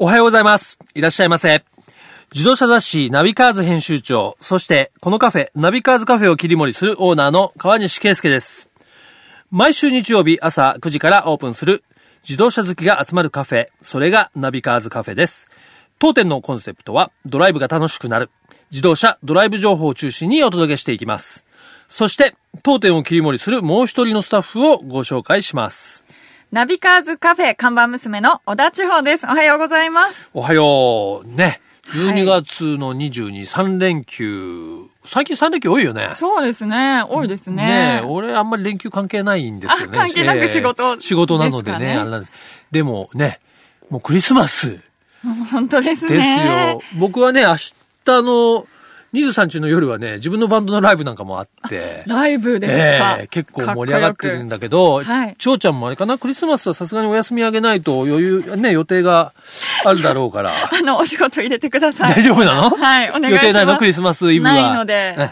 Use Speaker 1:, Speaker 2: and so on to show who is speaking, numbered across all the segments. Speaker 1: おはようございます。いらっしゃいませ。自動車雑誌ナビカーズ編集長、そしてこのカフェ、ナビカーズカフェを切り盛りするオーナーの川西圭介です。毎週日曜日朝9時からオープンする自動車好きが集まるカフェ、それがナビカーズカフェです。当店のコンセプトはドライブが楽しくなる。自動車、ドライブ情報を中心にお届けしていきます。そして、当店を切り盛りするもう一人のスタッフをご紹介します。
Speaker 2: ナビカーズカフェ看板娘の小田千穂です。おはようございます。
Speaker 1: おはよう。ね。12月の22、3連休。最近3連休多いよね。
Speaker 2: そうですね。多いです
Speaker 1: ね
Speaker 2: ね
Speaker 1: え。俺あんまり連休関係ないんですよね。
Speaker 2: あ関係なく仕事
Speaker 1: ええ仕事なので
Speaker 2: です
Speaker 1: ね。
Speaker 2: かね
Speaker 1: あれなんですでもね、もうクリスマス
Speaker 2: 本当ですね。
Speaker 1: ですよ。僕はね、明日の23日の夜はね、自分のバンドのライブなんかもあって。
Speaker 2: ライブですか、
Speaker 1: ええ結構盛り上がってるんだけど、
Speaker 2: かっこよくはい
Speaker 1: ちょうちゃんもあれかなクリスマスはさすがにお休みあげないと余裕、ね、予定があるだろうから。
Speaker 2: かっこよくあの、お仕事入れてください。
Speaker 1: 大丈夫なの
Speaker 2: はい、お願いします。
Speaker 1: 予定ないのクリスマスイブは。
Speaker 2: ないので。
Speaker 1: え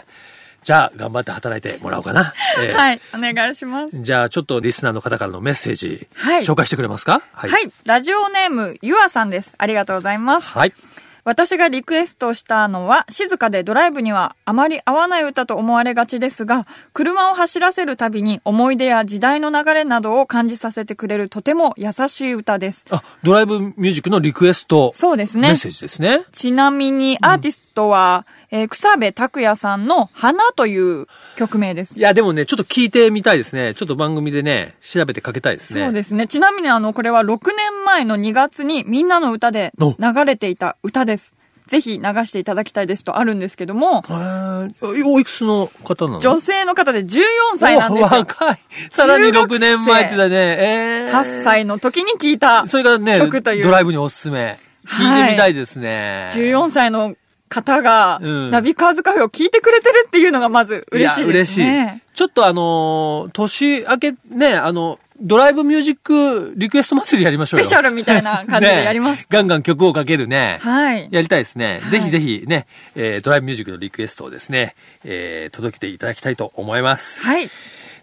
Speaker 1: じゃあ、頑張って働いてもらおうかな。ええ
Speaker 2: はい、お願いします。
Speaker 1: じゃあ、ちょっとリスナーの方からのメッセージ、
Speaker 2: はい
Speaker 1: 紹介してくれますかは
Speaker 2: はい、ラジオネーム、ゆあさんです。ありがとうございます。
Speaker 1: はい。
Speaker 2: 私がリクエストしたのは、静かでドライブにはあまり合わない歌と思われがちですが、車を走らせるたびに思い出や時代の流れなどを感じさせてくれるとても優しい歌です。
Speaker 1: あ、ドライブミュージックのリクエスト、
Speaker 2: そうです
Speaker 1: メ
Speaker 2: ね
Speaker 1: ッ。セージですね。
Speaker 2: ちなみにアーティストは、えー草部拓也さんの花という曲名です
Speaker 1: い。や、でもね、ちょっと聞いてみたいですね。ちょっと番組でね、調べてかけたいですね。
Speaker 2: そうですね。ちなみにあの、これは6年前の2月にみんなの歌で
Speaker 1: お
Speaker 2: 流れていた歌です。ぜひ流していただきたいですとあるんですけども、
Speaker 1: へーおいくつの方なの
Speaker 2: 女性の方で14歳なんです
Speaker 1: お
Speaker 2: よ。
Speaker 1: 若い。さらに6年前って言ったね。えー
Speaker 2: 8歳の時に聞いた、
Speaker 1: それがね、
Speaker 2: 曲という
Speaker 1: ドライブにおすすめ。聞いてみたいですね。
Speaker 2: 14歳の方が、
Speaker 1: うん
Speaker 2: ナビカーズカフェを聞いてくれてるっていうのがまず嬉しい
Speaker 1: や
Speaker 2: ですね。
Speaker 1: ちょっとあのー年明け、ね、あの、ドライブミュージックリクエスト祭りやりましょうよ。
Speaker 2: スペシャルみたいな感じでやります
Speaker 1: ねガンガン曲をかけるね。
Speaker 2: はい。
Speaker 1: やりたいですね。
Speaker 2: はい
Speaker 1: ぜひぜひね、えードライブミュージックのリクエストをですね、えー届けていただきたいと思います。
Speaker 2: はい。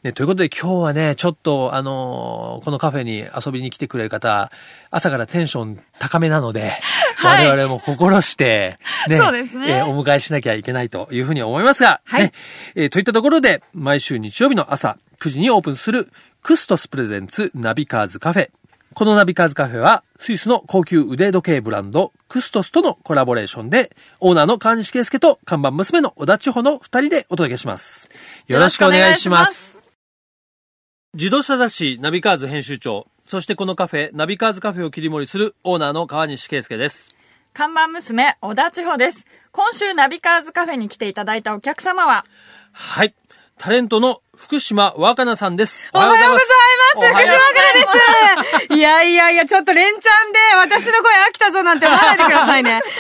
Speaker 1: ね、ということで今日はね、ちょっとあのーこのカフェに遊びに来てくれる方、朝からテンション高めなので、
Speaker 2: はい
Speaker 1: 我々も心して、ね、
Speaker 2: そうですね
Speaker 1: えーお迎えしなきゃいけないというふうに思いますが、
Speaker 2: はい
Speaker 1: ね、えーといったところで、毎週日曜日の朝9時にオープンする、クストスプレゼンツナビカーズカフェ。このナビカーズカフェは、スイスの高級腕時計ブランド、クストスとのコラボレーションで、オーナーの川西圭介と看板娘の小田千穂の二人でお届けします。よろしくお願いします。自動車雑誌ナビカーズ編集長、そしてこのカフェ、ナビカーズカフェを切り盛りするオーナーの川西圭介です。
Speaker 2: 看板娘、小田千穂です。今週ナビカーズカフェに来ていただいたお客様は、
Speaker 1: はい。タレントの福島若菜さんです。
Speaker 3: おはようございます。
Speaker 1: おは
Speaker 3: 福
Speaker 1: よ
Speaker 3: 島からです。いやいやいや、ちょっと連チャンで私の声飽きたぞなんて思わないでくださいね。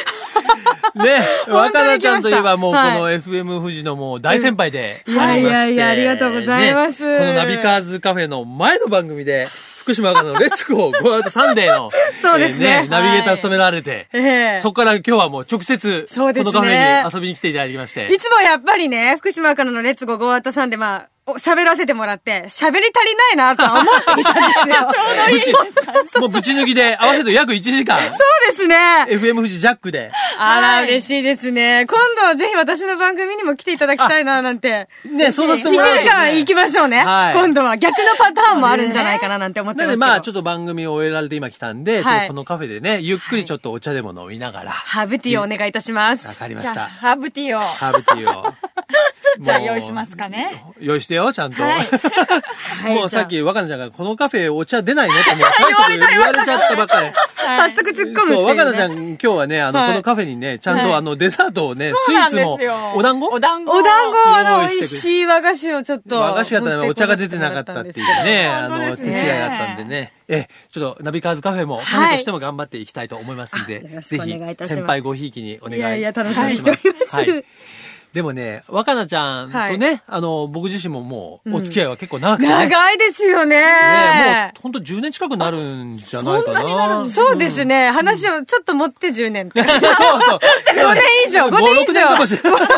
Speaker 1: うね、
Speaker 3: 本
Speaker 1: 若
Speaker 3: 当
Speaker 1: 菜
Speaker 3: に来ま
Speaker 1: ち
Speaker 3: した
Speaker 1: ゃんといえばもうこの
Speaker 3: は
Speaker 1: FM 富士のもう大先輩であ
Speaker 3: う
Speaker 1: り
Speaker 3: ん
Speaker 1: まして、
Speaker 3: いやいやいやありがとうございます
Speaker 1: ねこのナビカーズカフェの前の番組 で、福島若菜のレッツゴーゴーアウトサンデーの、
Speaker 3: そうですね
Speaker 1: ナビゲーター務められて、
Speaker 3: ええ
Speaker 1: そこから今日はもう直接、
Speaker 3: そうです
Speaker 1: こ
Speaker 3: ね
Speaker 1: のカフェに遊びに来ていただきまして。
Speaker 3: いつもやっぱりね、福島からのレッツゴーゴーアウトさんでまあ、お喋らせてもらって、喋り足りないなとは思っ ていたんですよ。ちょう
Speaker 1: ぶち、もうぶち抜きで合わせると約1時間。
Speaker 3: そうですね。
Speaker 1: FM 富士ジャックで。
Speaker 3: あら、
Speaker 2: はい
Speaker 3: 嬉しいですね。今度はぜひ私の番組にも来ていただきたいななんて。
Speaker 1: ね、そうさせて
Speaker 3: 1
Speaker 1: も
Speaker 3: 時
Speaker 1: らう。
Speaker 3: 間行きましょうね。
Speaker 1: はい
Speaker 3: 今度は逆のパターンもあるんじゃないかななんて思ってま
Speaker 1: な
Speaker 3: す
Speaker 1: の
Speaker 3: け
Speaker 1: で
Speaker 3: ど。
Speaker 1: まあちょっと番組を終えられて今来たんで、
Speaker 3: はい
Speaker 1: ちょっとこのカフェでね、ゆっくりちょっとお茶でも飲みながら。
Speaker 3: ハーブティーをお願いいたします。
Speaker 1: わかりま
Speaker 2: じゃ
Speaker 1: し
Speaker 2: あ、
Speaker 1: た。
Speaker 2: ハーブティーを、
Speaker 1: ハーブティーを。
Speaker 2: じゃあ
Speaker 1: もう
Speaker 2: 用意しますかね。
Speaker 1: 用意してよ、ちゃんと。
Speaker 2: はい
Speaker 3: い
Speaker 1: もうさっき若菜ちゃんがこのカフェお茶出ないねってもう最初に言われちゃったばっかり。
Speaker 3: 早速突っ込むっていう、ね。
Speaker 1: そう、若菜ちゃん今日はね、あの、
Speaker 3: はい
Speaker 1: このカフェにね、ちゃんとあの、デザートをね、ス
Speaker 2: そう
Speaker 1: イ
Speaker 2: な
Speaker 1: ー
Speaker 2: ん
Speaker 1: ツも
Speaker 2: ですよ。、
Speaker 1: お団子
Speaker 2: お団子。
Speaker 3: お団子をあ
Speaker 1: 用意して
Speaker 3: の
Speaker 1: くれ
Speaker 3: 美味しい和菓子をちょっと。
Speaker 1: 和菓子やったらお茶が出てなかったっていうね、あ
Speaker 2: 本当
Speaker 1: の、
Speaker 2: です
Speaker 1: 手
Speaker 2: ね
Speaker 1: 違いだったんでね。え、ちょっとナビカーズカフェも、カ
Speaker 3: はい
Speaker 1: フェとしても頑張っていきたいと思いますんで、
Speaker 3: よろ
Speaker 1: ぜ
Speaker 3: しくお願い
Speaker 1: ひ
Speaker 3: いたしま、す
Speaker 1: 先輩ごひいきにお願い
Speaker 3: いやいや楽しみに
Speaker 1: いた
Speaker 3: しております
Speaker 1: はい。でもね、若菜ちゃんとね、あの、僕自身ももう、お付き合いは結構長くてね。ね、
Speaker 3: 長いですよ
Speaker 1: も
Speaker 3: ね。
Speaker 1: う、ほんと10年近くなるんじゃないかな。
Speaker 2: そんなになるんです
Speaker 3: そうですね。話をちょっと持って10 年。
Speaker 1: そうそう。
Speaker 3: 5年以上、5年
Speaker 1: 5 6
Speaker 3: 以
Speaker 1: 年かも
Speaker 3: 上。
Speaker 1: しれない。
Speaker 2: 倍ぐ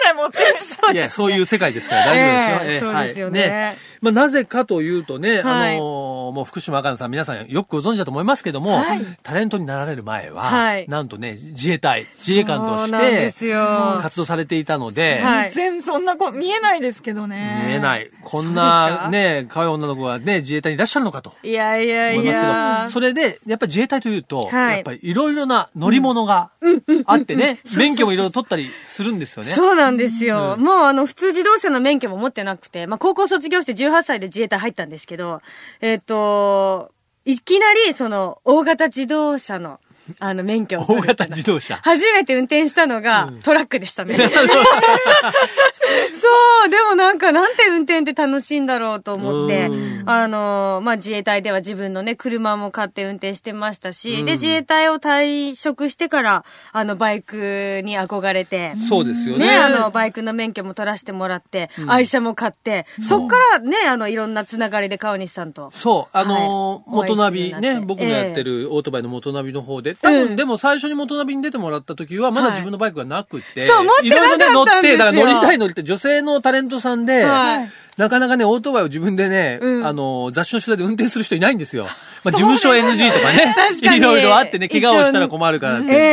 Speaker 2: らい持ってる。
Speaker 1: いや、そういう世界ですから大丈夫ですよ。
Speaker 3: え
Speaker 1: ええ
Speaker 3: えそうですよね
Speaker 1: はいまあ、なぜかというとね、
Speaker 3: は
Speaker 1: あ
Speaker 3: い
Speaker 1: のーもう福島あかねさん皆さんよくご存知だと思いますけども、
Speaker 3: はい
Speaker 1: タレントになられる前は、
Speaker 3: はい
Speaker 1: なんとね、自衛隊、自衛官と
Speaker 3: そうなんで
Speaker 1: し
Speaker 3: す
Speaker 1: て、
Speaker 3: よ。
Speaker 1: 活動されていたので、
Speaker 3: はい
Speaker 2: 全然そんな子見えないですけどね。
Speaker 1: 見え
Speaker 2: い。
Speaker 1: ない。こん
Speaker 3: そうです
Speaker 1: な
Speaker 3: か
Speaker 1: ね、可愛い女の子がね、自衛隊にいらっしゃるのかと。
Speaker 3: いやいや
Speaker 1: 思
Speaker 3: い
Speaker 1: い
Speaker 3: や
Speaker 1: ま。すけど、それで、やっぱり自衛隊というと、
Speaker 3: はい
Speaker 1: やっぱりいろいろな乗り物があってね、免許もいろいろ取ったりするんですよね。
Speaker 3: そうなんですよ。
Speaker 1: うん
Speaker 3: もうあの、普通自動車の免許も持ってなくて、まあ、高校卒業して18歳で自衛隊入ったんですけど、えっ、と、いきなり、その、大型自動車の、あの、免許を取
Speaker 1: 大
Speaker 3: るっ
Speaker 1: 型
Speaker 3: ていうの
Speaker 1: 自動車。
Speaker 3: 初めて運転したのが、
Speaker 1: うん
Speaker 3: トラックでし たね。そう、でもなんか、なんて運転って楽しいんだろうと思って
Speaker 1: う、
Speaker 3: あの、まあ、自衛隊では自分のね、車も買って運転してましたし、
Speaker 1: うん
Speaker 3: で、自衛隊を退職してから、あの、バイクに憧れて、
Speaker 1: そうですよね。
Speaker 3: ね、あの、バイクの免許も取らせてもらって、愛車も買って、そっからね、あの、いろんなつながりで川西さんと。
Speaker 1: そう、あのー
Speaker 3: はい
Speaker 1: 元ナ
Speaker 3: お会
Speaker 1: ビ
Speaker 3: いするようになっ
Speaker 1: ね、
Speaker 3: て
Speaker 1: 僕のやってるオートバイの元ナビの方で、多分、
Speaker 3: ええ
Speaker 1: でも最初に元ナビに出てもらった時は、まだ
Speaker 3: はい
Speaker 1: 自分のバイクがなくて、
Speaker 3: そう持ってなかっ
Speaker 1: いろ
Speaker 3: たんですよ
Speaker 1: いろね、乗って、だから乗りたい乗りたい、女性のタレントさんで、
Speaker 3: はい
Speaker 1: なかなかね、オートバイを自分でね、
Speaker 3: うん
Speaker 1: あのー雑誌の取材で運転する人いないんですよ。まあ、事務所 NG とかね、
Speaker 3: 確かに
Speaker 1: いろいろあってね、怪我をしたら困るからって。
Speaker 3: えええ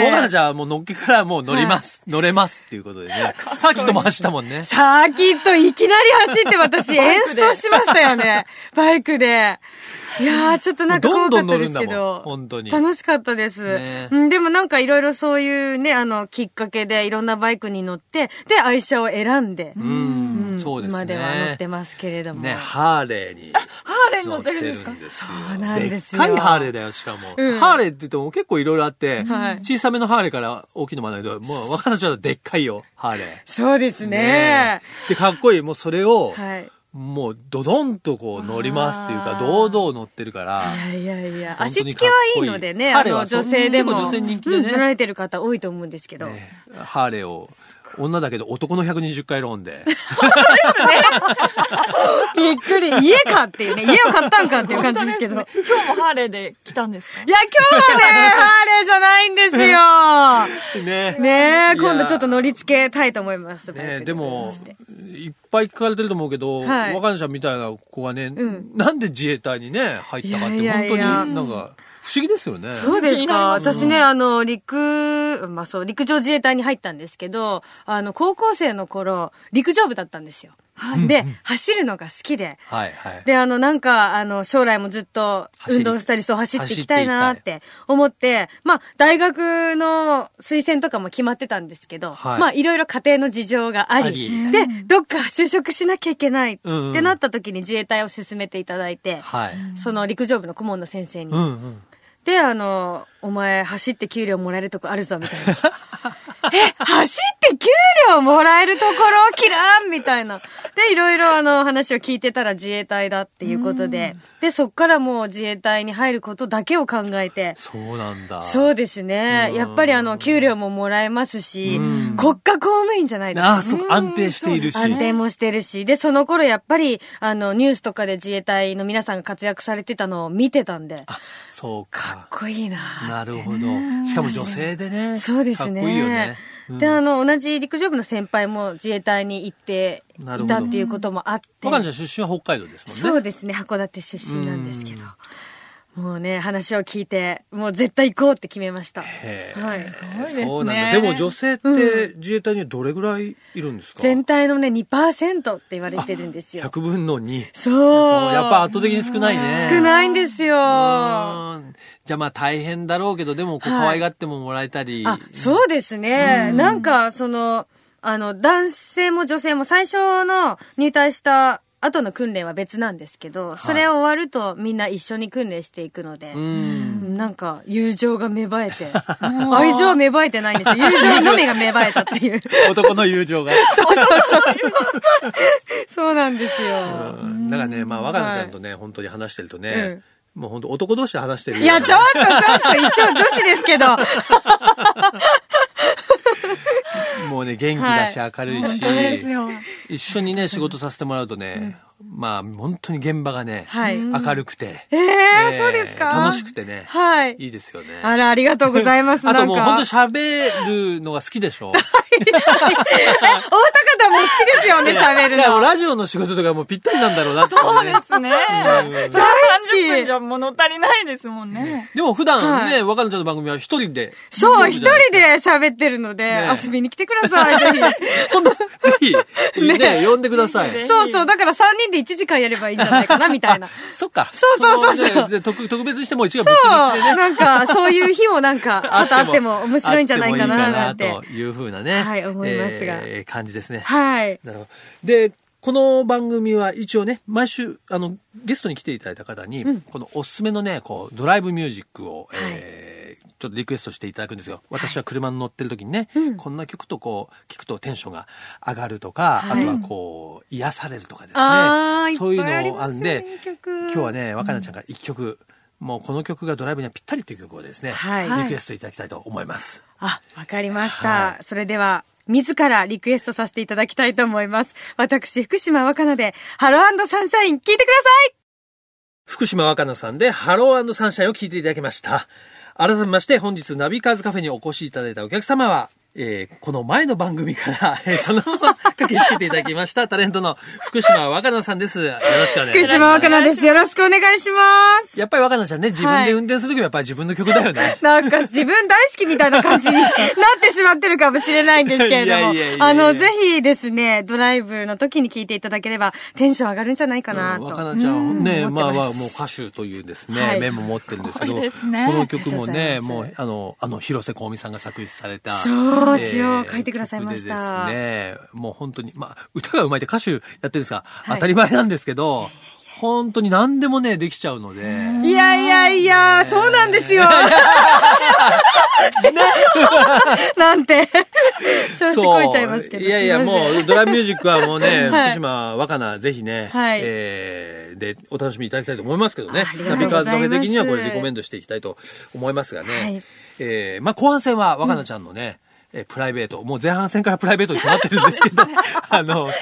Speaker 3: え
Speaker 1: もうかなちゃんはもう乗っけからもう乗ります、乗れますっていうことでね、サーキットも走ったもんね。
Speaker 3: サーキットいきなり走って私、エンストしましたよね。バイクで。いやー、ちょっとなんか
Speaker 1: どん
Speaker 3: 怖
Speaker 1: ど
Speaker 3: か
Speaker 1: ん
Speaker 3: っ
Speaker 1: 乗
Speaker 3: た
Speaker 1: る
Speaker 3: で
Speaker 1: ん
Speaker 3: す
Speaker 1: だも
Speaker 3: け
Speaker 1: ん
Speaker 3: ど。
Speaker 1: 本当に
Speaker 3: 楽しかったです。
Speaker 1: ね
Speaker 3: うん、でもなんかいろいろそういうね、あの、きっかけでいろんなバイクに乗って、で、愛車を選んで、
Speaker 1: うん、
Speaker 3: うん
Speaker 1: そうですね。
Speaker 3: 今では乗ってますけれども。
Speaker 1: ね、ハーレーに。
Speaker 2: ハーレーに乗ってるんですか
Speaker 1: そう
Speaker 3: なんですよ
Speaker 1: でっかいハーレーだよ、しかも。
Speaker 3: うん
Speaker 1: ハーレーって言っても結構いろいろあって、
Speaker 3: はい
Speaker 1: 小さめのハーレーから大きいのもあるんだけど、もう若菜ちゃんはでっかいよ、ハーレー。
Speaker 3: そうですね。
Speaker 1: えで、かっこいい。もうそれを、
Speaker 3: はい。
Speaker 1: もうドドンとこう乗りますっていうか、
Speaker 3: あ
Speaker 1: 堂
Speaker 3: ー
Speaker 1: 々乗ってるから。
Speaker 3: いやいやいや、
Speaker 1: 本当
Speaker 3: 足
Speaker 1: に
Speaker 3: つ
Speaker 1: かっ
Speaker 3: きは
Speaker 1: こ
Speaker 3: い
Speaker 1: い
Speaker 3: い
Speaker 1: い
Speaker 3: のでね、
Speaker 1: あ
Speaker 3: あ
Speaker 1: れは
Speaker 3: の、女性でも、
Speaker 1: そうでも女性人気でね
Speaker 3: うん乗られてる方多いと思うんですけど。
Speaker 1: ねハーレーを、女だけど男の120回ローン で。
Speaker 3: びっくり。家かっていうね、家を買ったんかっていう感じですけど。
Speaker 2: 本当ですね今日もハーレーで来たんですか
Speaker 3: いや、今 日はね、ハーレーじゃないんです
Speaker 1: ね
Speaker 3: よ。ねえ、今度ちょっと乗り付けたいと思います。バイ
Speaker 1: ね
Speaker 3: ク
Speaker 1: でも、いっぱい聞かれてると思うけど、
Speaker 3: はい
Speaker 1: 若菜ちゃんみたいな子がね、
Speaker 3: ん
Speaker 1: なんで自衛隊にね、入ったかって、
Speaker 3: いやいやいや
Speaker 1: 本当になんか、不思議ですよね。
Speaker 3: そうで
Speaker 2: 気
Speaker 3: す
Speaker 2: になり
Speaker 3: か。
Speaker 2: ます
Speaker 3: 私ね、あの、陸、まあそう、陸上自衛隊に入ったんですけど、あの、高校生の頃、陸上部だったんですよ。で、走るのが好きで、
Speaker 1: はいはい。
Speaker 3: で、あの、なんか、あの、将来もずっと
Speaker 1: 走り
Speaker 3: 運動したり、そう、走っていきたいなー
Speaker 1: 走っ
Speaker 3: ってて思って、まあ、大学の推薦とかも決まってたんですけど、
Speaker 1: はい
Speaker 3: まあ、いろいろ家庭の事情があ
Speaker 1: あ
Speaker 3: り、
Speaker 1: り
Speaker 3: で、どっか就職しなきゃいけないっ
Speaker 1: うんうん
Speaker 3: てなった時に自衛隊を進めていただいて、
Speaker 1: はい。
Speaker 3: その陸上部の顧問の先生に、
Speaker 1: うんうん。
Speaker 3: で、あの、お前、走って給料もらえるとこあるぞ、みたいな。 え、走って給料もらえるところ切らんみたいな。で、いろいろあの、話を聞いてたら自衛隊だっていうことで。で、そっからもう自衛隊に入ることだけを考えて。
Speaker 1: そうなんだ。
Speaker 3: そう
Speaker 1: で
Speaker 3: です
Speaker 1: う
Speaker 3: ね。
Speaker 1: ん
Speaker 3: やっぱりあの、給料ももらえますし、
Speaker 1: うん
Speaker 3: 国家公務員じゃないですか
Speaker 1: ああ、そうか、安定しているし。
Speaker 3: 安定もしてるし、で、その頃やっぱり、あの、ニュースとかで自衛隊の皆さんが活躍されてたのを見てたんで、かっ
Speaker 1: あ、そうか。
Speaker 3: こいいなーって
Speaker 1: なるほど。しかも女性で ね。
Speaker 3: そうですね。
Speaker 1: かっこいいよね。
Speaker 3: で、あの、同じ陸上部の先輩も自衛隊に行って
Speaker 1: なるほ
Speaker 3: い
Speaker 1: ど
Speaker 3: たっていうこともあって、
Speaker 1: 若菜ちゃん出身は北海道ですもんね。
Speaker 3: そうですね、函館出身なんですけど、もうね、話を聞いて、もう絶対行こうって決めました。
Speaker 1: へえ
Speaker 3: はい。
Speaker 2: すごいですね。
Speaker 1: そうなんだ。でも女性って自衛隊にはどれぐらいいるんですか
Speaker 3: 全体のね、2%って言われてるんですよ。
Speaker 1: 100分の2。
Speaker 3: そ
Speaker 1: そ
Speaker 3: う
Speaker 1: う、やっぱ圧倒的に少ないね。
Speaker 3: 少ないんですよ。あ、
Speaker 1: うんじゃあまあ大変だろうけど、でもこう
Speaker 3: はい
Speaker 1: 可愛がってももらえたり。
Speaker 3: そうですね。なんか、その、あの、男性も女性も最初の入隊した後の訓練は別なんですけど、それを終わるとみんな一緒に訓練していくので、
Speaker 1: うん。
Speaker 3: なんか、友情が芽生え て、愛情は芽生えてないん ですよ。友情のみが芽生えたっていう。
Speaker 1: 男の友情が。
Speaker 3: そうそうそう。 そうなんですよ。
Speaker 1: うんだからね、まあ若菜ちゃんとね、本当に話してるとね、もう本当男同士で話してるよ。
Speaker 3: いや、ちょっとちょっと、一応女子ですけ ど。
Speaker 1: もうね、元気だし明るい
Speaker 2: 本当です
Speaker 1: し、
Speaker 2: よ。
Speaker 1: 一緒にね、仕事させてもらうとね、まあ、本当に現場がね、
Speaker 3: はい
Speaker 1: 明るくて、
Speaker 3: え
Speaker 1: えー
Speaker 3: えそうですか
Speaker 1: 楽しくてね、
Speaker 3: はい。
Speaker 1: いいですよね。
Speaker 3: あら、ありがとうございます。
Speaker 1: あ
Speaker 3: な
Speaker 1: と
Speaker 3: ん
Speaker 1: もう
Speaker 3: か。
Speaker 1: 本当喋るのが好きでしょ
Speaker 3: え、お二方もお好きですよね、喋る
Speaker 1: だからもう
Speaker 3: の。
Speaker 1: ラジオの仕事とかもうぴったりなんだろうなって、ね。
Speaker 2: そうですね。
Speaker 1: うん
Speaker 2: それ
Speaker 3: き
Speaker 2: 30分じゃ物足りないですもんね。
Speaker 1: でも普段ね、
Speaker 3: はい
Speaker 1: 若菜ちゃんの番組は一人で。
Speaker 3: そう、一人で喋ってるので、
Speaker 1: ね
Speaker 3: 遊びに来てくださ い、ぜ
Speaker 1: 今度、ぜひ、 ね、呼んでくださ
Speaker 2: ぜ
Speaker 1: い
Speaker 3: ひ。
Speaker 2: ひ。
Speaker 3: そうそう、だから3人で1時間やればいいんじゃないか な、みたいな。
Speaker 1: そっか。
Speaker 3: そうそうそうそう
Speaker 1: のね特特別にしてもう一がぶち
Speaker 3: そう、
Speaker 1: 抜きでね。
Speaker 3: なんか、そういう日もな んか、ちょっとあっても面白いんじゃないかな、
Speaker 1: あ
Speaker 3: な
Speaker 1: っ
Speaker 3: ん
Speaker 1: てもいいか
Speaker 3: て
Speaker 1: な。というふうなね。
Speaker 3: はい思いますが
Speaker 1: えー感じですね。
Speaker 3: はい。
Speaker 1: なるほど。で、この番組は一応ね、毎週、あの、ゲストに来ていただいた方に、このおすすめのね、こう、ドライブミュージックを、えーちょっとリクエストしていただくんですよ。私は車に乗ってる時にね、こんな曲とこう、聞くとテンションが上がるとか、
Speaker 3: はい
Speaker 1: あとはこう、癒されるとかです
Speaker 3: あー
Speaker 1: ね。そういう
Speaker 3: いっぱいあり
Speaker 1: の
Speaker 3: ますよね
Speaker 1: あるんで、
Speaker 3: 曲
Speaker 1: 今日はね、若菜ちゃんが一曲、もうこの曲がドライブにはぴったりという曲をですね、
Speaker 3: はい
Speaker 1: リクエストいただきたいと思います。
Speaker 3: あ、わかりました。
Speaker 1: は
Speaker 3: それでは、自らリクエストさせていただきたいと思います。私、福島若菜で、ハローサンシャイン、聞いてください
Speaker 1: 福島若菜さんでハローサンシャインを聞いていただきました。改めまして本日ナビカーズカフェにお越しいただいたお客様は、えーこの前の番組から、 えーそのまま駆けつけていただきました、 タレントの福島若菜さんです。よろしくお願いしま
Speaker 3: 福
Speaker 1: す。
Speaker 3: 島若菜です。よろしくお願いします。
Speaker 1: やっぱり若菜ちゃんね、自分で運転するときもやっぱり自分の曲だよね。
Speaker 3: なんか自分大好きみたいな感じになってしまってるかもしれないんですけ
Speaker 1: い
Speaker 3: れども
Speaker 1: やいやいやい、や
Speaker 3: あの、ぜひですね、ドライブの時に聞いていただければ、テンション上がるんじゃないかなと。
Speaker 1: 若菜ちゃん、ね、
Speaker 3: うん
Speaker 1: まあま
Speaker 3: 思
Speaker 1: あ、
Speaker 3: って
Speaker 1: もう歌手というですね、
Speaker 3: はい
Speaker 1: 面も持ってるんですけ
Speaker 2: す
Speaker 1: ど、
Speaker 2: ごいですね
Speaker 1: この曲も
Speaker 3: あり
Speaker 1: ね、
Speaker 3: がとう
Speaker 1: も
Speaker 3: ござ
Speaker 1: う
Speaker 3: いま、
Speaker 1: あの、あの、広瀬香美さんが作詞された。
Speaker 3: そう
Speaker 1: えー
Speaker 3: 詩を書いてくださいました
Speaker 1: 曲でですね、もう本当に、まあ、歌が上手いって歌手やってるんですが、当たり前なんですけど、本当に何でもね、できちゃうので、ね、
Speaker 3: いやいやいや、そうなんで すよ。 なんて、調子こいちゃいますけど。
Speaker 1: そうやいや、
Speaker 3: すません
Speaker 1: もう、ドラムミュージックはもうね、
Speaker 3: はい
Speaker 1: 福島若菜、ぜひね、
Speaker 3: はい
Speaker 1: えーで、お楽しみいただきたいと思いますけどね
Speaker 3: ああ
Speaker 1: ナビ
Speaker 3: り。がとうご
Speaker 1: カ
Speaker 3: ざ
Speaker 1: ー
Speaker 3: い
Speaker 1: ズ
Speaker 3: ます
Speaker 1: カフェ的にはこれリコメンドしていきたいと思いますがね。
Speaker 3: はい
Speaker 1: えーまあ、後半戦は若菜ちゃんのね、えープライベート、もう前半戦からプライベートに迫ってるんです けど、あの、
Speaker 3: か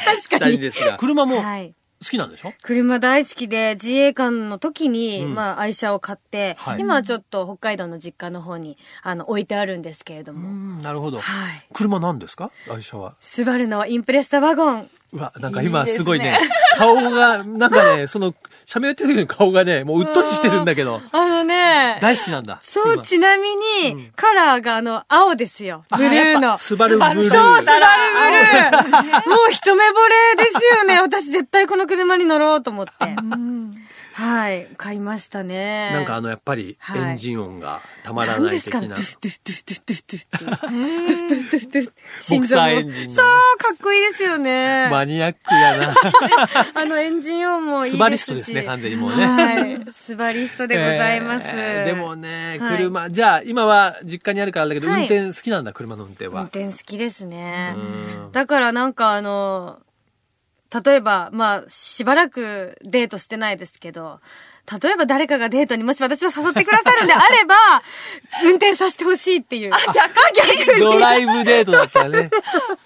Speaker 3: に
Speaker 1: 二人ですが、車も好
Speaker 3: はい
Speaker 1: きなんでしょ、
Speaker 3: 車大好きで、自衛官の時に、
Speaker 1: うん
Speaker 3: まあ、愛車を買って、
Speaker 1: はい
Speaker 3: 今はちょっと北海道の実家の方に、あの、置いてあるんですけれど
Speaker 1: う
Speaker 3: も。
Speaker 1: ん、なるほど。
Speaker 3: はい。
Speaker 1: 車なんですか愛車は。
Speaker 3: スバルのインプレッサワゴン。
Speaker 1: うわ、なんか今
Speaker 2: いいですね
Speaker 1: すごいね、顔が、なんかね、その、喋ってる時の顔がね、もううっとりしてるんだけど、
Speaker 3: あの ね、
Speaker 1: 大好きなん だ。
Speaker 3: そう、
Speaker 1: 今
Speaker 3: ちなみに、カラーがあの、青ですよ。ブルーの。
Speaker 1: スバルブルー。
Speaker 3: そう、スバルブルー。もう一目惚れですよね。 私絶対この車に乗ろうと思って。
Speaker 2: うん
Speaker 3: はい、買いましたね。
Speaker 1: なんか あの、やっぱり、
Speaker 3: はい
Speaker 1: エンジン音がたまら
Speaker 3: 何
Speaker 1: な
Speaker 3: で
Speaker 1: い
Speaker 3: す
Speaker 1: 的
Speaker 3: かね。
Speaker 1: な
Speaker 3: ドゥ。ッドゥッドゥッドゥッドゥッドゥッドゥッドゥッドゥッドゥッ心
Speaker 1: ボクサーエ
Speaker 3: 臓
Speaker 1: ンジン
Speaker 3: も。
Speaker 1: の
Speaker 3: そう、かっこいいですよね。
Speaker 1: マニアックやな。
Speaker 3: あのエンジン音もいいですし。
Speaker 1: スバリストですね完全にもうね
Speaker 3: はい、スバリストでございます。
Speaker 1: えーでもね、
Speaker 3: はい
Speaker 1: 車、じゃあ、今は実家にあるからだけど、
Speaker 3: はい
Speaker 1: 運転好きなんだ、車の運転
Speaker 3: 運
Speaker 1: は。
Speaker 3: 転好きですね
Speaker 1: うん。
Speaker 3: だからなんかあの、例えば、まあ、しばらくデートしてないですけど、例えば誰かがデートにもし私を誘ってくださるんであれば、運転させてほしいっていう。あ、逆 逆
Speaker 1: ドライブデートだったら ね。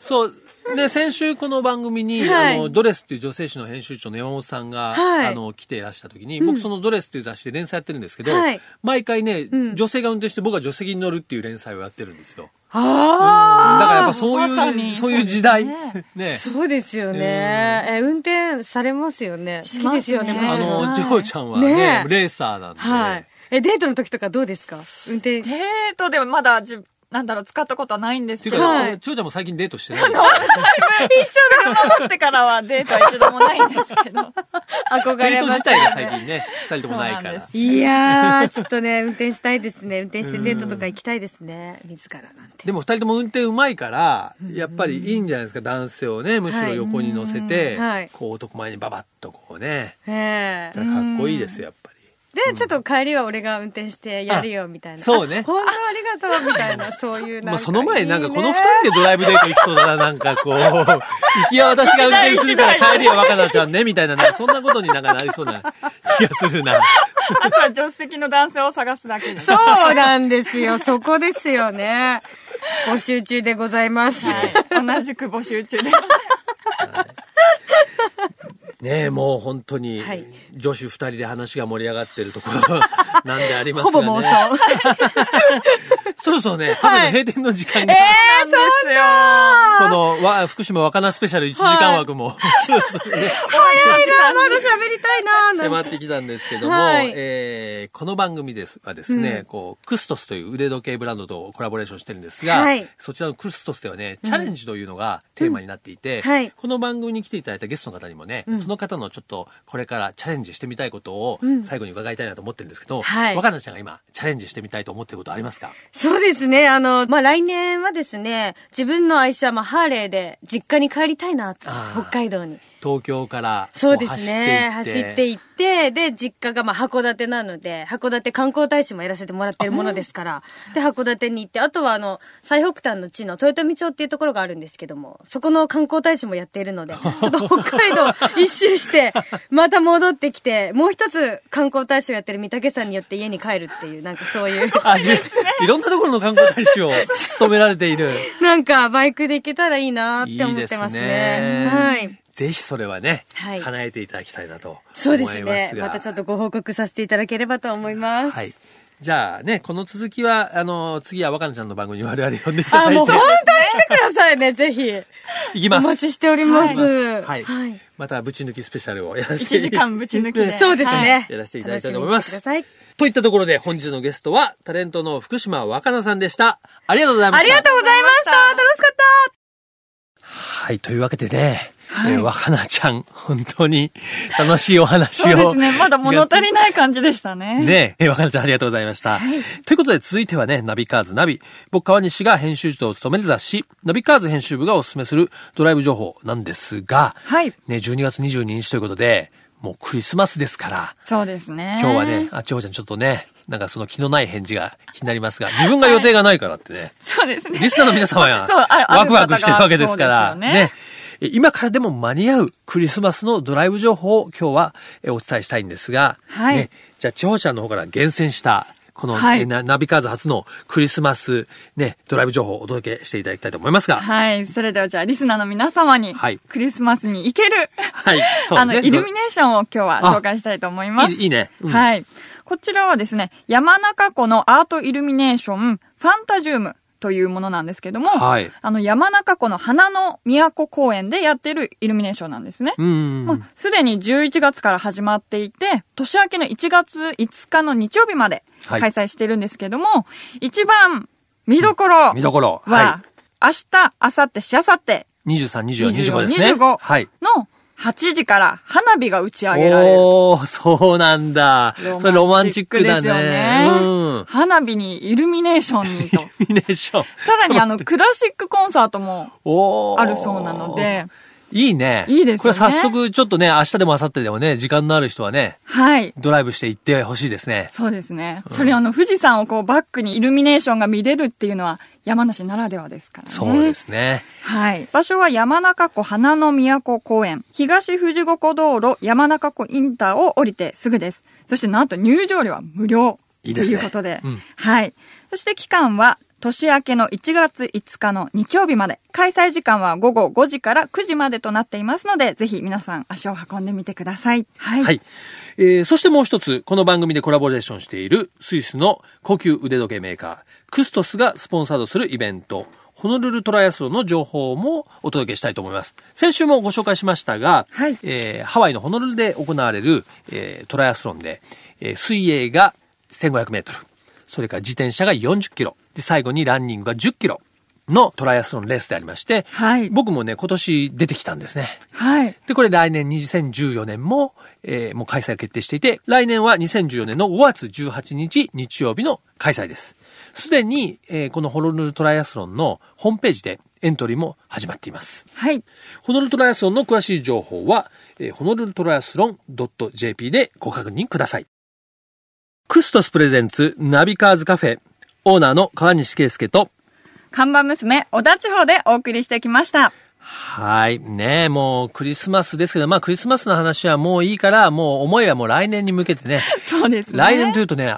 Speaker 1: そう。で、先週この番組に、
Speaker 3: はい
Speaker 1: あの、ドレスっていう女性誌の編集長の山本さんが、
Speaker 3: はい
Speaker 1: あの、来ていらした時に、僕そのドレスっていう雑誌で連載やってるんですけど、
Speaker 3: はい
Speaker 1: 毎回ね、
Speaker 3: ん
Speaker 1: 女性が運転して僕は助手席に乗るっていう連載をやってるんですよ。
Speaker 3: あ
Speaker 1: だからやっぱそう
Speaker 2: まさ
Speaker 1: いう、
Speaker 2: に
Speaker 1: そういう時代。
Speaker 2: そうです
Speaker 1: ね
Speaker 2: ね
Speaker 3: あそうですよね。え、運転されますよね。好きですよね。
Speaker 2: しますね
Speaker 1: あ
Speaker 2: は
Speaker 1: の、
Speaker 2: い
Speaker 1: ジョーちゃんは
Speaker 3: ね
Speaker 1: ね、
Speaker 3: え
Speaker 1: レーサーなんで。
Speaker 3: はい。え、デートの時とかどうですか運 転。
Speaker 2: デートではまだじ、なんだろう、使ったことはないんで
Speaker 1: っ
Speaker 2: す
Speaker 1: て
Speaker 2: け
Speaker 1: いう
Speaker 2: ど、
Speaker 1: か、
Speaker 3: はい
Speaker 1: 俺ジョーちゃんも最近デートしてない んだよ。
Speaker 2: 一緒だ車持ってからはデートは一度もないんです けど。
Speaker 3: 憧
Speaker 1: デー
Speaker 3: れ
Speaker 1: ト自
Speaker 3: ます
Speaker 1: 体が最近ね、二人ともないか
Speaker 2: そうなんで
Speaker 1: ら
Speaker 2: す。
Speaker 3: いやー、ちょっとね、運転したいですね。運転してデートとか行きたいですね。自らなんて。
Speaker 1: でも二人とも運転うまいから、やっぱりいいんじゃないですか、男性をね、むしろ横に乗せて、
Speaker 3: はい
Speaker 1: こう男前にババッとこうね、
Speaker 3: ええ
Speaker 1: かっこいいですよ、やっぱり。
Speaker 3: で、ちょっと帰りは俺が運転してやるよ、みたいな。
Speaker 1: あそうね
Speaker 3: あ本当ありがとう、みたい な、そういうなんか。
Speaker 1: まあその前になんか
Speaker 2: いい
Speaker 1: こ
Speaker 2: ね
Speaker 1: の二人でドライブデート行きそう だな、なんかこう、行きは私が運転するから帰りは若菜ちゃんね、みたいな、 なんかそんなことになんかなりそうな気がするな。
Speaker 2: あとは助手席の男性を探すだけです。
Speaker 3: そうなんですよ。そこですよね。募集中でございます。
Speaker 2: はい。同じく募集中です。
Speaker 1: ねえ、もう本当に
Speaker 3: はい、
Speaker 1: 女子二人で話が盛り上がってるところ なんであります
Speaker 3: ほ
Speaker 1: がね。
Speaker 3: ぼ妄想。
Speaker 1: そろそろね、多分閉店の時間が、
Speaker 2: えー、そうだ
Speaker 1: このわ、福島若菜スペシャル1時間枠も、 そろそ ろね、
Speaker 3: いな、まだ喋りたいななんて
Speaker 1: 迫ってきたんですけども、
Speaker 3: はい
Speaker 1: えーこの番組ですはですね、こう、クストスという腕時計ブランドとコラボレーションしてるんですが、
Speaker 3: はい
Speaker 1: そちらのクストスではね、チャレンジというのがテーマになっていて、
Speaker 3: うんはい
Speaker 1: この番組に来ていただいたゲストの方にもね、その方のちょっとこれからチャレンジしてみたいことを最後に伺いたいなと思ってるんですけど、
Speaker 3: はい
Speaker 1: 若菜ちゃんが今、チャレンジしてみたいと思ってることありますか
Speaker 3: そうですね。あの、まあ、来年はですね、自分の愛車、まあ、ハーレーで実家に帰りたいなって
Speaker 1: あ、ー
Speaker 3: 北海道に。
Speaker 1: 東京からこ
Speaker 3: そうですね。走って
Speaker 1: い
Speaker 3: いって、で、実家がまあ函館なので、函館観光大使もやらせてもらってるものですから、で、函館に行って、あとはあの、最北端の地の豊富町っていうところがあるんですけども、そこの観光大使もやっているの で、ちょっと北海道一周して、また戻ってきて、もう一つ観光大使をやってる三竹さんによって家に帰るっていう、なんかそう いう。
Speaker 1: あいいろんなところの観光大使を務められている。
Speaker 3: なんか、バイクで行けたらいいなーって思ってますね。はい。
Speaker 1: ぜひそれはね、
Speaker 3: はい
Speaker 1: 叶えていただきたいなと思いますが。
Speaker 3: そうですね。またちょっとご報告させていただければと思います。
Speaker 1: はい。じゃあね、この続きは、あの、次は若菜ちゃんの番組に我々呼んでいた
Speaker 3: あ、
Speaker 1: だ
Speaker 3: もう
Speaker 1: い
Speaker 3: 本当に来てくださいね、ぜ ひ。
Speaker 1: て、いき
Speaker 3: お
Speaker 1: ます。
Speaker 3: 待ちしております。
Speaker 1: はい。また、ぶち抜きスペシャルをやらせて
Speaker 2: 1時間ぶち抜き で。
Speaker 3: そうです
Speaker 2: はい
Speaker 3: ね。
Speaker 1: やらせていただきたいと思います
Speaker 3: 楽しみにしてくださ
Speaker 1: といったところで、本日のゲストは、タレントの福島若菜さんでした。ありがとうございま
Speaker 3: い。あ
Speaker 1: した。
Speaker 3: りがとうございました。楽しかった。
Speaker 1: はい、というわけでね、えー若菜ちゃん、本当に楽しいお話を。
Speaker 2: そうですね。まだ物足りない感じでしたね。
Speaker 1: ねえ、え若菜ちゃんありがとうございました。ということで続いてはね、ナビカーズナビ。僕、川西が編集長を務める雑誌、ナビカーズ編集部がお勧めするドライブ情報なんですが、
Speaker 2: はい
Speaker 1: ね、12月22日ということで、もうクリスマスですから、
Speaker 2: そうですね。
Speaker 1: 今日はね、。あ、ちほちゃんちょっとね、なんかその気のない返事が気になりますが、自分が予定がないからってね、
Speaker 2: そうですね。
Speaker 1: リスナーの皆様が
Speaker 2: そうああ
Speaker 1: ワクワクしてるわけですから、
Speaker 2: そうですよ
Speaker 1: ね。え今からでも間に合うクリスマスのドライブ情報を今日はえお伝えしたいんですが、
Speaker 2: はい
Speaker 1: ね、じゃあ、地方ちゃんの方から厳選した、この、
Speaker 2: はい
Speaker 1: えなナビカーズ初のクリスマス、ね、ドライブ情報をお届けしていただきたいと思いますが、
Speaker 2: はい。それではじゃあ、リスナーの皆様に、
Speaker 1: はい
Speaker 2: クリスマスに行ける、
Speaker 1: はいそうです
Speaker 2: あ
Speaker 1: ね
Speaker 2: の、イルミネーションを今日は紹介したいと思います。
Speaker 1: いいいいねうん
Speaker 2: はい。こちらはですね、山中湖のアートイルミネーション、ファンタジウム。というものなんですけども、
Speaker 1: はい
Speaker 2: あの山中湖の花の都公園でやってるイルミネーションなんですね。
Speaker 1: うん、
Speaker 2: まあ、すでに11月から始まっていて、年明けの1月5日の日曜日まで
Speaker 1: はい
Speaker 2: 開催してるんですけども、一番見どころ
Speaker 1: 見どころ、は
Speaker 2: は、明日、明後日、しあさって、
Speaker 1: い、23、24、25
Speaker 2: 24
Speaker 1: ですね。
Speaker 2: 25
Speaker 1: はい。
Speaker 2: の8時から花火が打ち上げられる。
Speaker 1: おー、そうなんだ。それロマンチックだ
Speaker 2: ですよ
Speaker 1: ね。うん。
Speaker 2: 花火にイルミネーションに と。
Speaker 1: イルミネーション。
Speaker 2: さらにあの、クラシックコンサートも
Speaker 1: おー
Speaker 2: あるそうなので、
Speaker 1: いいね。
Speaker 2: いいですよね
Speaker 1: これ早速、ちょっとね、明日でも明後日でもね、時間のある人はね、
Speaker 2: はい。
Speaker 1: ドライブして行ってほしいですね。
Speaker 2: そうですね。それあの、富士山をこうバックにイルミネーションが見れるっていうのは山梨ならではですからね。
Speaker 1: そうですね。
Speaker 2: はい。場所は山中湖花の都公園、東富士五湖道路山中湖インターを降りてすぐです。そしてなんと入場料は無料。
Speaker 1: いいですね
Speaker 2: ということで、
Speaker 1: うん
Speaker 2: はい。そして期間は年明けの1月5日の日曜日まで、開催時間は午後5時から9時までとなっていますので、ぜひ皆さん足を運んでみてください。はい。
Speaker 1: はい。えー、そしてもう一つ、この番組でコラボレーションしているスイスの高級腕時計メーカー、クストスがスポンサードするイベント、ホノルルトライアスロンの情報もお届けしたいと思います。先週もご紹介しましたが、
Speaker 2: はい
Speaker 1: えーハワイのホノルルで行われる、えートライアスロンで、えー水泳が1500メートル、それから自転車が40キロ、で最後にランニングが10キロのトライアスロンレースでありまして、
Speaker 2: はい
Speaker 1: 僕もね、今年出てきたんですね。
Speaker 2: はい。
Speaker 1: で、これ来年2014年も、えーもう開催が決定していて、来年は2014年の5月18日日曜日の開催です。すでに、えーこのホノルルトライアスロンのホームページでエントリーも始まっています。
Speaker 2: はい。
Speaker 1: ホノルルトライアスロンの詳しい情報は、えー、ホノルルトライアスロン .jp でご確認ください。クストスプレゼンツナビカーズカフェ、オーナーの川西圭介と、
Speaker 2: 看板娘、小田地方でお送りしてきました。
Speaker 1: はい。ねえもうクリスマスですけど、まあクリスマスの話はもういいから、もう思いはもう来年に向けてね。
Speaker 2: そうですね。
Speaker 1: 来年というとね、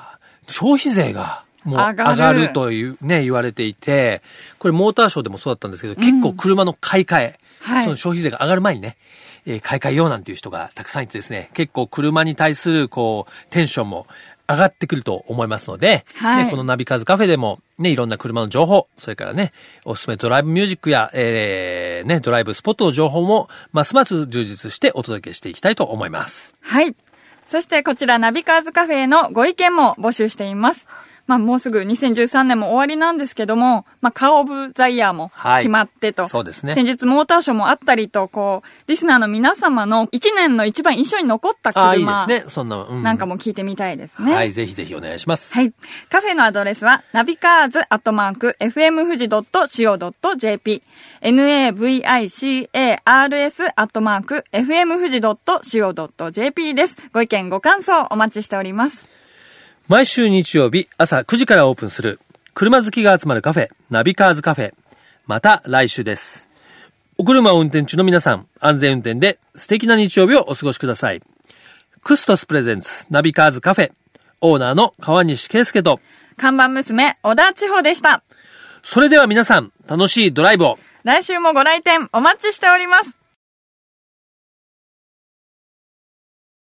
Speaker 1: 消費税がもう上
Speaker 2: 上がる
Speaker 1: がるというね、言われていて、これモーターショーでもそうだったんですけど、結構車の買い替え、
Speaker 2: はい
Speaker 1: その消費税が上がる前にね、えー買い替えようなんていう人がたくさんいてですね、結構車に対するこう、テンションも上がってくると思いますので、
Speaker 2: はい
Speaker 1: ねこのナビカーズカフェでも、ね、いろんな車の情報、それからね、おすすめドライブミュージックや、えーね、ドライブスポットの情報も、ますます充実してお届けしていきたいと思います。
Speaker 2: はい。そしてこちらナビカーズカフェへのご意見も募集しています。まあもうすぐ2013年も終わりなんですけども、まあカーオブザイヤーも
Speaker 1: はい
Speaker 2: 決まってと。
Speaker 1: そうですね
Speaker 2: 先日モーターショーもあったりと、こう、リスナーの皆様の1年の一番印象に残った
Speaker 1: あ
Speaker 2: 車
Speaker 1: あ、いいですね。そんな、う
Speaker 2: なんかも聞いてみたいですね。
Speaker 1: はい、ぜひぜひお願いします。
Speaker 2: はい。カフェのアドレスは、ナビカーズアットマーク、fmfuji.co.jp、navicars アットマーク、fmfuji.co.jp です。ご意見、ご感想、お待ちしております。
Speaker 1: 毎週日曜日朝9時からオープンする車好きが集まるカフェ、ナビカーズカフェ。また来週です。お車を運転中の皆さん、安全運転で素敵な日曜日をお過ごしください。クストスプレゼンツナビカーズカフェ、オーナーの川西圭介と、
Speaker 2: 看板娘、小田千穂でした。
Speaker 1: それでは皆さん、楽しいドライブを。
Speaker 2: 来週もご来店、お待ちしております。